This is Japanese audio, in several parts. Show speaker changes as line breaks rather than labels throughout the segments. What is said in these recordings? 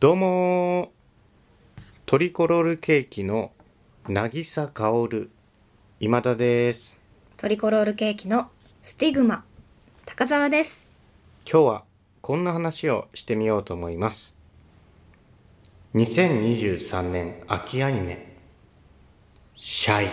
どうもートリコロールケーキの渚薫今田です
トリコロールケーキのスティグマ高澤です
今日はこんな話をしてみようと思います2023年秋アニメ「シャイ」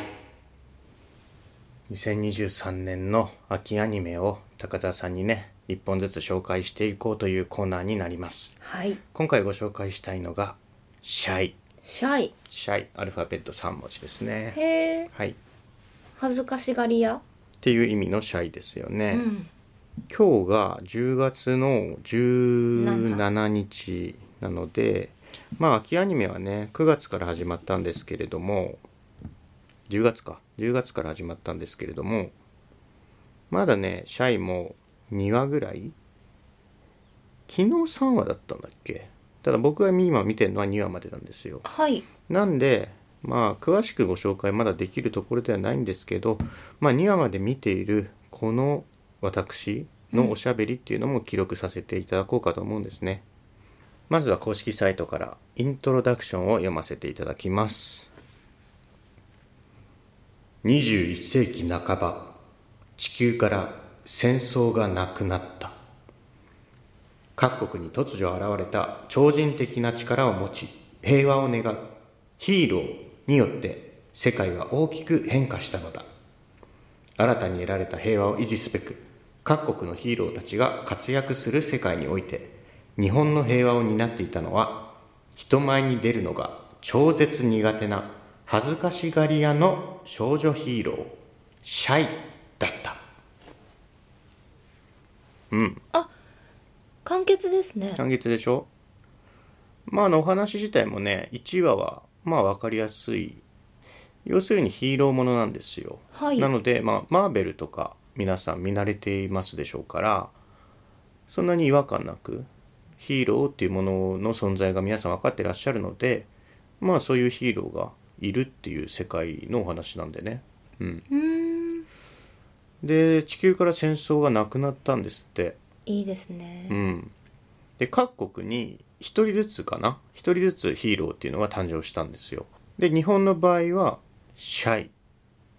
2023年の秋アニメを高澤さんにね1本ずつ紹介していこうというコーナーになります
はい
今回ご紹介したいのが「シャイ」
シャイ
シャイアルファベット3文字ですね。
へえ
はい、っ
恥ずかしがり屋
ていう意味のシャイですよね。
うん
今日が10月の17日なのでまあ秋アニメはね9月から始まったんですけれども10月か10月から始まったんですけれどもまだねシャイも2話ぐらい昨日3話だったんだっけただ僕が今見てるのは2話までなんですよ。
はい
なんで、まあ、詳しくご紹介まだできるところではないんですけど、まあ、2話まで見ているこの私のおしゃべりっていうのも記録させていただこうかと思うんですね。まずは公式サイトからイントロダクションを読ませていただきます。21世紀半ば、地球から戦争がなくなった。各国に突如現れた超人的な力を持ち平和を願うヒーローによって世界は大きく変化したのだ新たに得られた平和を維持すべく各国のヒーローたちが活躍する世界において日本の平和を担っていたのは人前に出るのが超絶苦手な恥ずかしがり屋の少女ヒーローシャイだった
完結ですね
単月でしょまああのお話自体もね1話はまあ分かりやすい要するにヒーローものなんですよ、
はい
なので、まあ、マーベルとか皆さん見慣れていますでしょうからそんなに違和感なくヒーローっていうものの存在が皆さん分かってらっしゃるのでまあそういうヒーローがいるっていう世界のお話なんでね
うーん
で地球から戦争がなくなったんですって
いいですね、
うん、で各国に1人ずつかな1人ずつヒーローっていうのが誕生したんですよで日本の場合はシャイっ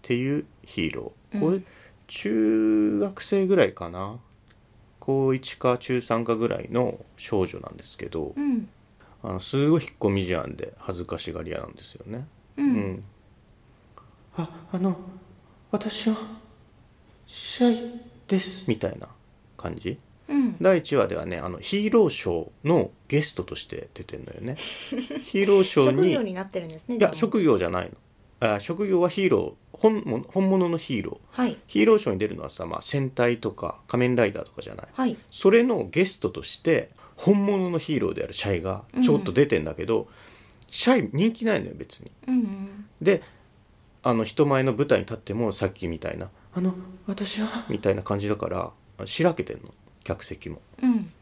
ていうヒーローこれ、中学生ぐらいかな高1か中3かぐらいの少女なんですけど
うん
あのすごい引っ込み思案で恥ずかしがり屋なんですよね
う
うんんああの私はシャイですみたいな感じ
うん
第1話ではねあのヒーローショーのゲストとして出てんのよ ねヒーローショー
職
に
業になってるんですね
い
じゃ
や
あ
職業じゃないのあ職業はヒーロー本物本物のヒーロー
はい
ヒーローショーに出るのはさ、まあ、戦隊とか仮面ライダーとかじゃない
はい
それのゲストとして本物のヒーローであるシャイがちょっと出てんだけど、シャイ人気ないのよ別に
うんうん
であの人前の舞台に立ってもさっきみたいな「あの私は」みたいな感じだからあしらけてんの客席も
うん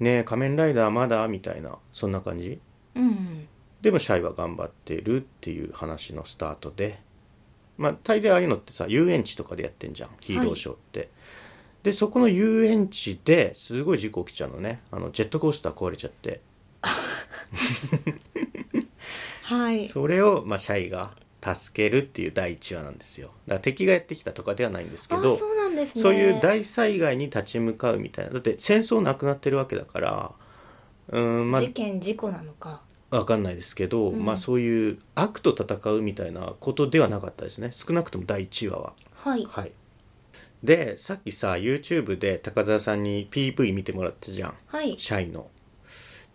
ねえ仮面ライダーまだみたいなそんな感じ
うんうん
でもシャイは頑張ってるっていう話のスタートでまあ大抵ああいうのってさ遊園地とかでやってんじゃんヒーローショーって、でそこの遊園地ですごい事故起きちゃうのねあのジェットコースター壊れちゃって
はい
それを、まあ、シャイが助けるっていう第1話なんですよだから敵がやってきたとかではないんですけ
あ
ど
そうなんですね
そういう大災害に立ち向かうみたいなだって戦争なくなってるわけだからうーんまあ
事件事故なのか
わかんないですけど、
うん
まあそういう悪と戦うみたいなことではなかったですね少なくとも第1話は
はい
はいでさっきさ YouTube で高澤さんに PV 見てもらったじゃん
はい
シャイの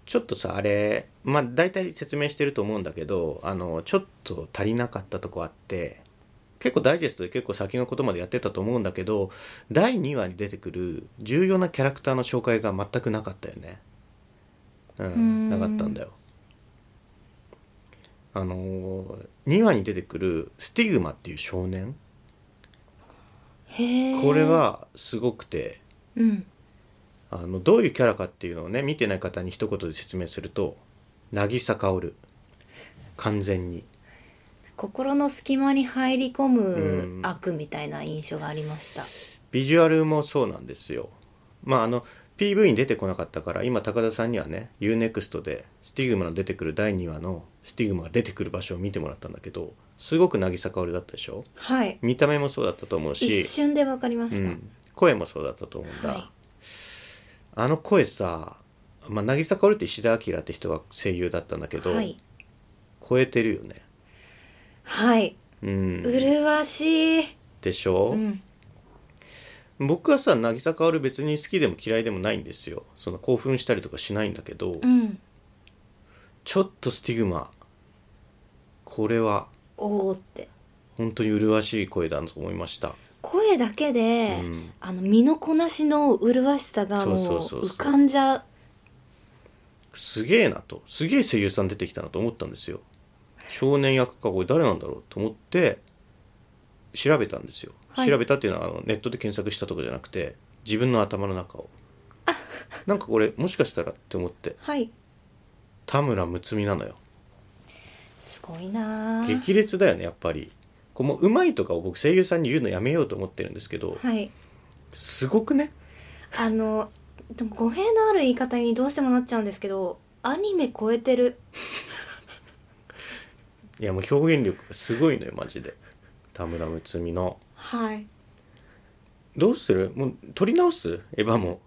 ちょっとさあれまあ大体説明してると思うんだけどあのちょっと足りなかったとこあって結構ダイジェストで結構先のことまでやってたと思うんだけど第2話に出てくる重要なキャラクターの紹介が全くなかったよねうん
ん
なかったんだよあのー2話に出てくるスティグマっていう少年
へえ
これがすごくて
うん
あのどういうキャラかっていうのをね見てない方に一言で説明すると渚薫完全に
心の隙間に入り込
う
む
ん
悪みたいな印象がありました
ビジュアルもそうなんですよまああの PV に出てこなかったから今高田さんにはね UNEXT でスティグマの出てくる第2話のスティグマが出てくる場所を見てもらったんだけどすごく渚香織だったでしょ
はい
見た目もそうだったと思うし
一瞬でわかりま
う
した、
ん、声もそうだったと思うんだ、
はい
あの声さ、まあ、渚香織って石田明って人が声優だったんだけど、
はい
超えてるよね
はい、
うん
麗しい
でしょ、
うん
僕はさ渚香織別に好きでも嫌いでもないんですよその興奮したりとかしないんだけど、
うん
ちょっとスティグマこれは
おおって
本当に麗しい声だと思いました
声だけで、
うん
あの身のこなしの麗しさがもう
そうそうそうそう
浮かんじゃう
すげえなとすげえ声優さん出てきたなと思ったんですよ少年役かこれ誰なんだろうと思って調べたんですよ、
はい
調べたっていうのはあのネットで検索したとかじゃなくて自分の頭の中をなんかこれもしかしたらって思って
はい
田村睦美なのよ
すごいなあ
激烈だよねやっぱりこうもううまいとかを僕声優さんに言うのやめようと思ってるんですけど
はい
すごくね
あのでも語弊のある言い方にどうしてもなっちゃうんですけどアニメ超えてる
いやもう表現力がすごいのよマジで田村睦美の
はい
どうするもう撮り直すエヴァも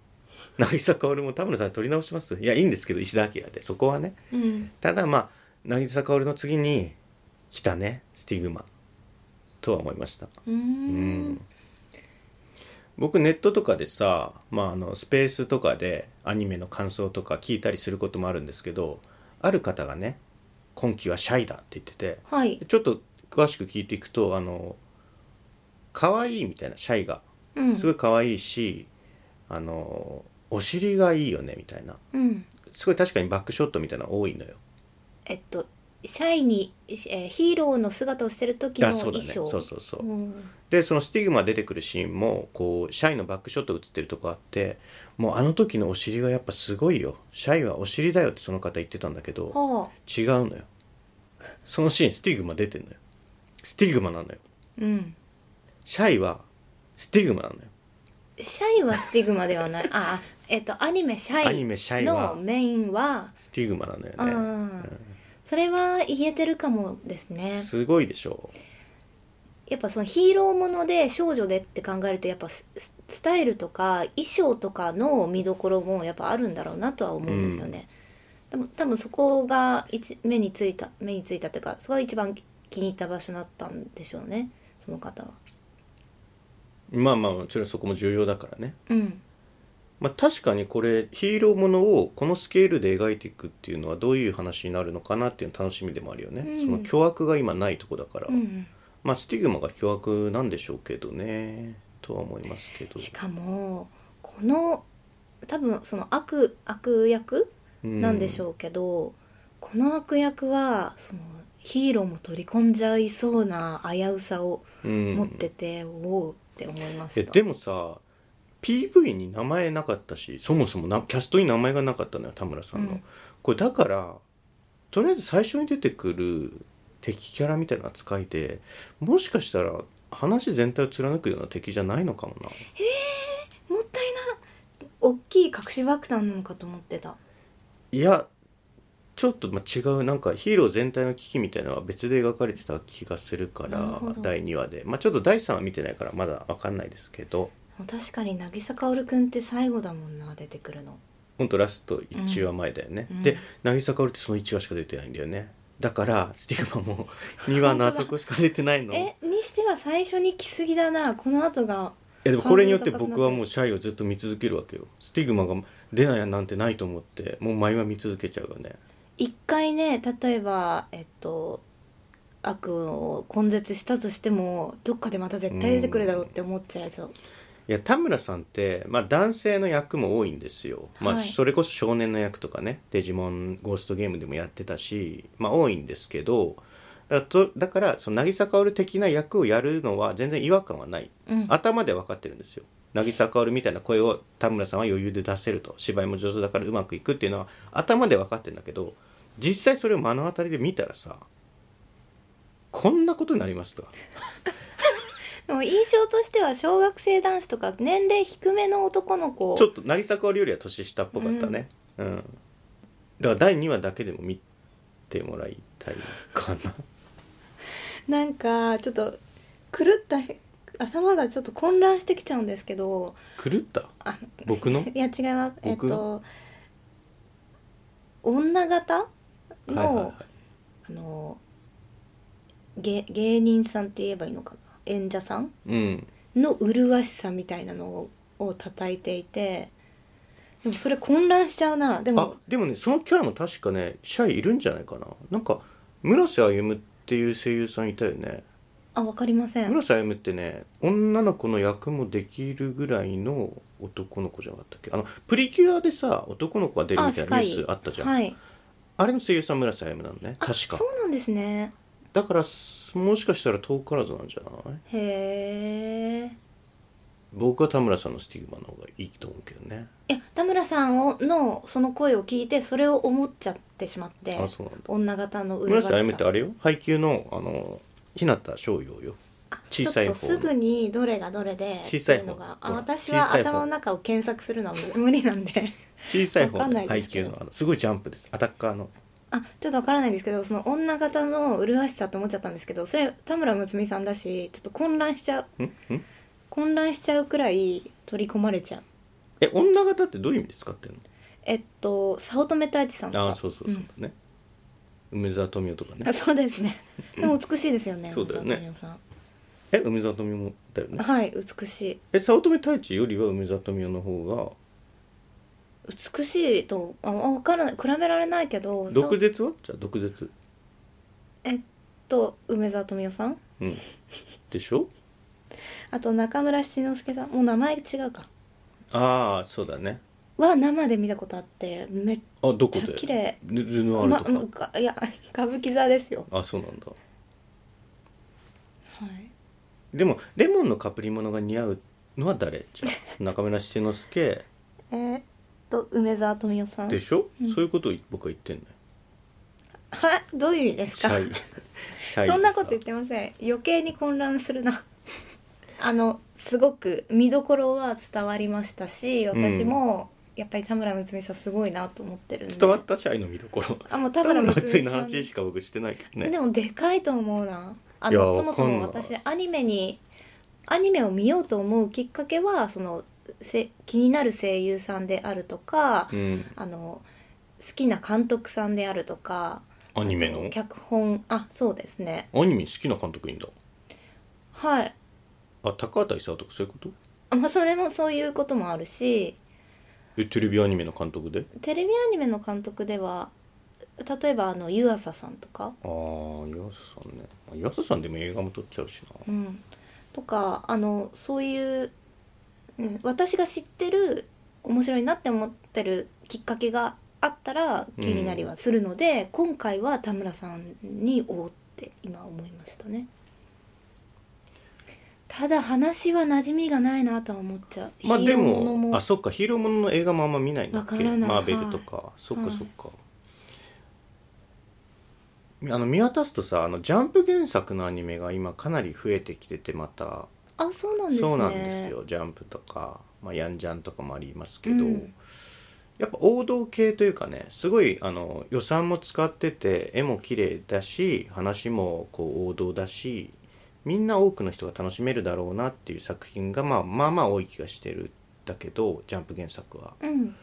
渚香織も田村さん撮り直しますいやいいんですけど石田明でそこはね
うん
ただまあ渚香織の次に来たねスティグマとは思いました
うーん
僕ネットとかでさ、まあ、あのスペースとかでアニメの感想とか聞いたりすることもあるんですけどある方がね今期はシャイだって言ってて
はい
でちょっと詳しく聞いていくとあの可愛いみたいなシャイが
うん
すごい可愛いし、あのお尻がいいよねみたいな
うん
すごい確かにバックショットみたいなの多いのよ
えっとシャイに、えーヒーローの姿をしてる時の
あそう
衣
だねそ
装
うそうそう、
うん
でそのスティグマ出てくるシーンもこうシャイのバックショット映ってるとこあってもうあの時のお尻がやっぱすごいよシャイはお尻だよってその方言ってたんだけど
はあ
違うのよそのシーンスティグマ出てんのよスティグマなのよ
うん
シャイはスティグマなのよ
シャイはスティグマではないあえっとアニメシ
アニメシャ
ャイ
イは
のメインは
スティグマなのよね
あーそれは言えてるかもですね
すごいでしょ
やっぱそのヒーローもので少女でって考えるとやっぱスススタイルとか衣装とかの見どころもやっぱあるんだろうなとは思うんですよね、でも多分そこが一目についた目についたっていうかそこが一番気に入った場所だったんでしょうねその方は
まあまあもちろんそこも重要だからね
うん
まあ、確かにこれヒーローものをこのスケールで描いていくっていうのはどういう話になるのかなっていうの楽しみでもあるよね、
うん
その巨悪が今ないとこだから、
うん
まあスティグマが巨悪なんでしょうけどねとは思いますけど
しかもこの多分その悪悪役なんでし
う
ょうけど、この悪役はそのヒーローも取り込んじゃいそうな危うさを
うん
持ってて、おおって思いま
え
した
でもさ PV に名前なかったしそもそもなキャストに名前がなかったのよ田村さんの、
うん
これだからとりあえず最初に出てくる敵キャラみたいな扱いでもしかしたら話全体を貫くような敵じゃないのかもな
もったいない大きい隠し爆弾なのかと思ってた
いやちょっとまあ違うなんかヒーロー全体の危機みたいなのは別で描かれてた気がするか
なる
ら
ほど
第2話でまあちょっと第3話見てないからまだわかんないですけど
確かに渚薫くんって最後だもんな出てくるの
ほんとラスト1話前だよね、
うんう
で
ん
渚薫ってその1話しか出てないんだよねだからスティグマも 2話のあそこしか出てないのい
えにしては最初に来すぎだなこの後が
やでもこれによって僕はもうシャイをずっと見続けるわけよスティグマが出ないなんてないと思ってもう毎話見続けちゃうよね
一回ね例えばえっと悪を根絶したとしてもどっかでまた絶対出てくるだろうって思っちゃいそう、
いや田村さんって、まあ、男性の役も多いんですよ、まあ、
はい
それこそ少年の役とかねデジモンゴーストゲームでもやってたし、まあ、多いんですけどだとだからその渚薫的な役をやるのは全然違和感はない、
うん
頭では分かってるんですよ渚薫みたいな声を田村さんは余裕で出せると芝居も上手だからうまくいくっていうのは頭で分かってるんだけど実際それを目の当たりで見たらさこんなことになりますと
でも印象としては小学生男子とか年齢低めの男の子
ちょっと渚香織よりは年下っぽかったねうん、だから第2話だけでも見てもらいたいか な
なんかちょっと狂った頭がちょっと混乱してきちゃうんですけど
狂った
あ
僕の
いや違いますえっ
僕
と女型の,、
はいはいはい
あの芸芸人さんって言えばいいのかな演者さん
うん
の麗しさみたいなのをを叩いていてでもそれ混乱しちゃうなで
あ
も
でもねそのキャラも確かねシャイいるんじゃないかななんか村瀬歩っていう声優さんいたよね
あわかりません
村瀬歩ってね女の子の役もできるぐらいの男の子じゃなかったっけあのプリキュアでさ男の子が出るみたいなニュースあったじゃんあ,、
はい
れの声優さん村瀬歩なのね
あ
確か
そうなんですね
だからすもしかしたら遠からずなんじゃない
へえ
僕は田村さんのスティグマの方がいいと思うけどね
いや田村さんをのその声を聞いてそれを思っちゃってしまって
あそうなんだ
女型の麗
村
し
瀬
さ
歩ってあれよ配給のあの日向翔陽よ小さい
ちょ
方
っとすぐにどれがどれで
小さい方
ってうのがあ
ほら
私
小
は
さい方
頭の中を検索するのは無理なんで
小さい方
わかん
の
ないで
配
すけ
給
ど
のあのすごいジャンプですアタッカーの
あちょっとわからないんですけどその女型の麗しさと思っちゃったんですけどそれ田村睦美さんだしちょっと混乱しちゃうん
ん
混乱しちゃうくらい取り込まれちゃう
え女型ってどういう意味で使ってる
えっと早乙女太一さんと
の
か
ああそうそうそうだね、梅沢富美男とか
あ
ね
そうです ね。でも美しいですよね。
そうだよね
小沢さん
え梅沢富美男だよね
はい、美しい。
え早乙女太一よりは梅沢富美男の方
美しいと、あ、わからない、比べられないけど。
が
そう
毒舌はじゃあ毒舌
えっと、梅沢富美男さん。
うんでしょ
あと中村七之助さん、もう名前違うか。
ああそうだね
は生で見たことあって、めっ
あどこ
ちゃ
で
綺麗。
ルルノワー
ま、
ルとか、
がいや、歌舞伎座ですよ。
あそうなんだ
はい。
でもレモンのかぶり物が似合うのは誰じゃあ 中村七之助
えーっと、梅沢富美男さん。
でしょ、そういうことを僕は言ってんのよ
はい、どういう意味です
シ
か。
ャ イシャイでさ
そんなこと言ってません余計に混乱するな あのすごく見どころは伝わりましたし私もやっぱり田村睦美さんすごいなと思ってるんで
伝わった社員の見どころ
あもう田村
の
睦
熱い
美
の
さん
話しか僕してないけどね
でもでかいと思うなあ
いや
のそもそも
わかんない
私アニメにアニメを見ようと思うきっかけはそのせ気になる声優さんであるとか、
うん
あの好きな監督さんであるとか
アニメの
あと脚本あそうですね
アニメ好きな監督いいんだ
はい
あ高畑勲とかそういうこと
あまあそれもそういうこともあるし
えテレビアニメの監督で
テレビアニメの監督では例えばあの湯浅さんとか、
ああ岩瀬さんねまあ岩瀬さんでも映画も撮っちゃうし
う、
なん
とかあのそういう、うん、私が知ってる面白いなって思ってるきっかけがあったら気になりはするので、今回は田村さんに追おうって今思いましたね。ただ話は馴染みがないなとは思っちゃう。
まあで
ヒーローもの
も
も
あそっかヒーローものの映画もあんま見ないんだっ
わ
け
からない
マーベルとか、そっ
は
か
い
そっか、あの見渡すとさあのジャンプ原作のアニメが今かなり増えてきててまた
あそうなんですね。
そうなんですよジャンプとか、まあ、ヤンジャンとかもありますけど、
うん
やっぱ王道系というかねすごいあの予算も使ってて絵も綺麗だし話もこう王道だしみんな多くの人が楽しめるだろうなっていう作品が、まあ、まあまあ多い気がしてるんだけどジャンプ原作は。
うん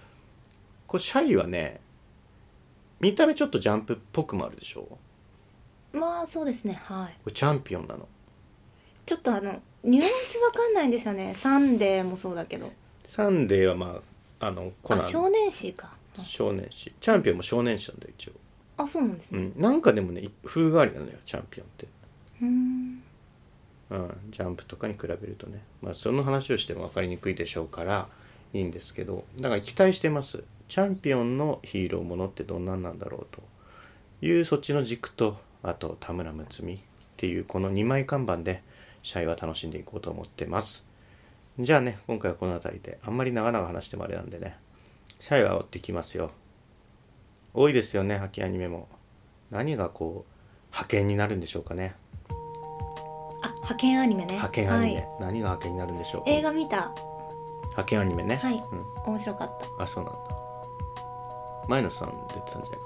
こうシャイはね見た目ちょっとジャンプっぽくもあるでしょこ
まあそうですねはい
れチャンピオンなの。
ちょっとあのニュアンスわかんないんですよね「サンデー」もそうだけど
サンデーはまああのコ
あ
ナン
少年誌か
少年誌チャンピオンも少年誌なんだよ一応。
あそうなんです
う
ね
ん、なんかでもね一風変わりなのよチャンピオンって、
うーん
うん、ジャンプとかに比べるとね、まあ、その話をしても分かりにくいでしょうからいいんですけどだから期待してますチャンピオンのヒーローものってどんなんなんだろうというそっちの軸とあと田村睦美っていうこの2枚看板で試合は楽しんでいこうと思ってますじゃあね今回はこの辺りであんまり長々話してもあれなんでねシャイは追ってきますよ多いですよね秋アニメも何がこう派遣になるんでしょうかね
あ派遣アニメね
派遣アニメ、
はい、
何が派遣になるんでしょう
映画見た
派遣アニメね、
はい
うん、
面白かった
あそうなんだ前野さん出てたんじゃないか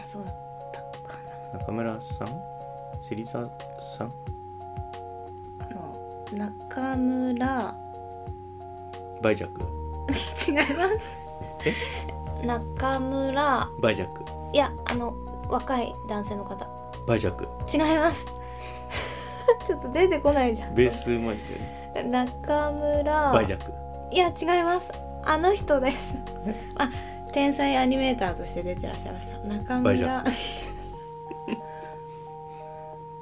あそうだったか
な中村さん芹沢さん
なあの中村
梅若
違います中村
梅若
いやあの若い男性の方
梅若
違います ちょっと出てこないじゃん
ベースうまいんだよね
中村
梅若
いや違いますあの人です あ天才アニメーターとして出てらっしゃいました中
バイジャ
村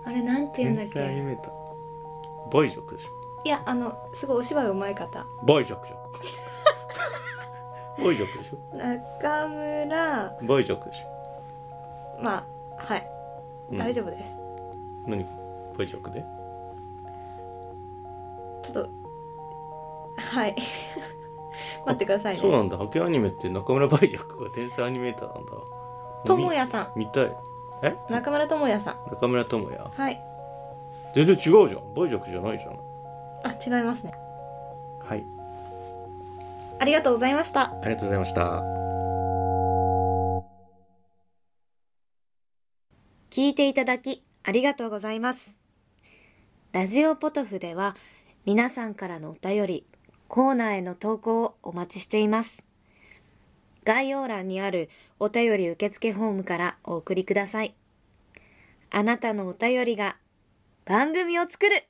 あれなんて言うんだっ
天才アニ
け
メーター梅若でしょ
いやあのすごいお芝居うまい方
梅若じゃん 梅若でしょ
中村
梅若でしょ、
まあはい、
うん
大丈夫です
何か梅若で
ちょっとはい 待ってください
そうな
ね
んだ派遣アニメって中村梅若が天才アニメーターなんだ
智也さ
見たいえ
ん中村智也さん
中村智也
はい
全然違うじゃん梅若じゃないじゃん
あ違いますね
はい
ありがとうございました
ありがとうございました
聞いていただきありがとうございます。ラジオポトフでは皆さんからのお便り、コーナーへの投稿をお待ちしています。概要欄にあるお便り受付フォームからお送りください。あなたのお便りが番組を作る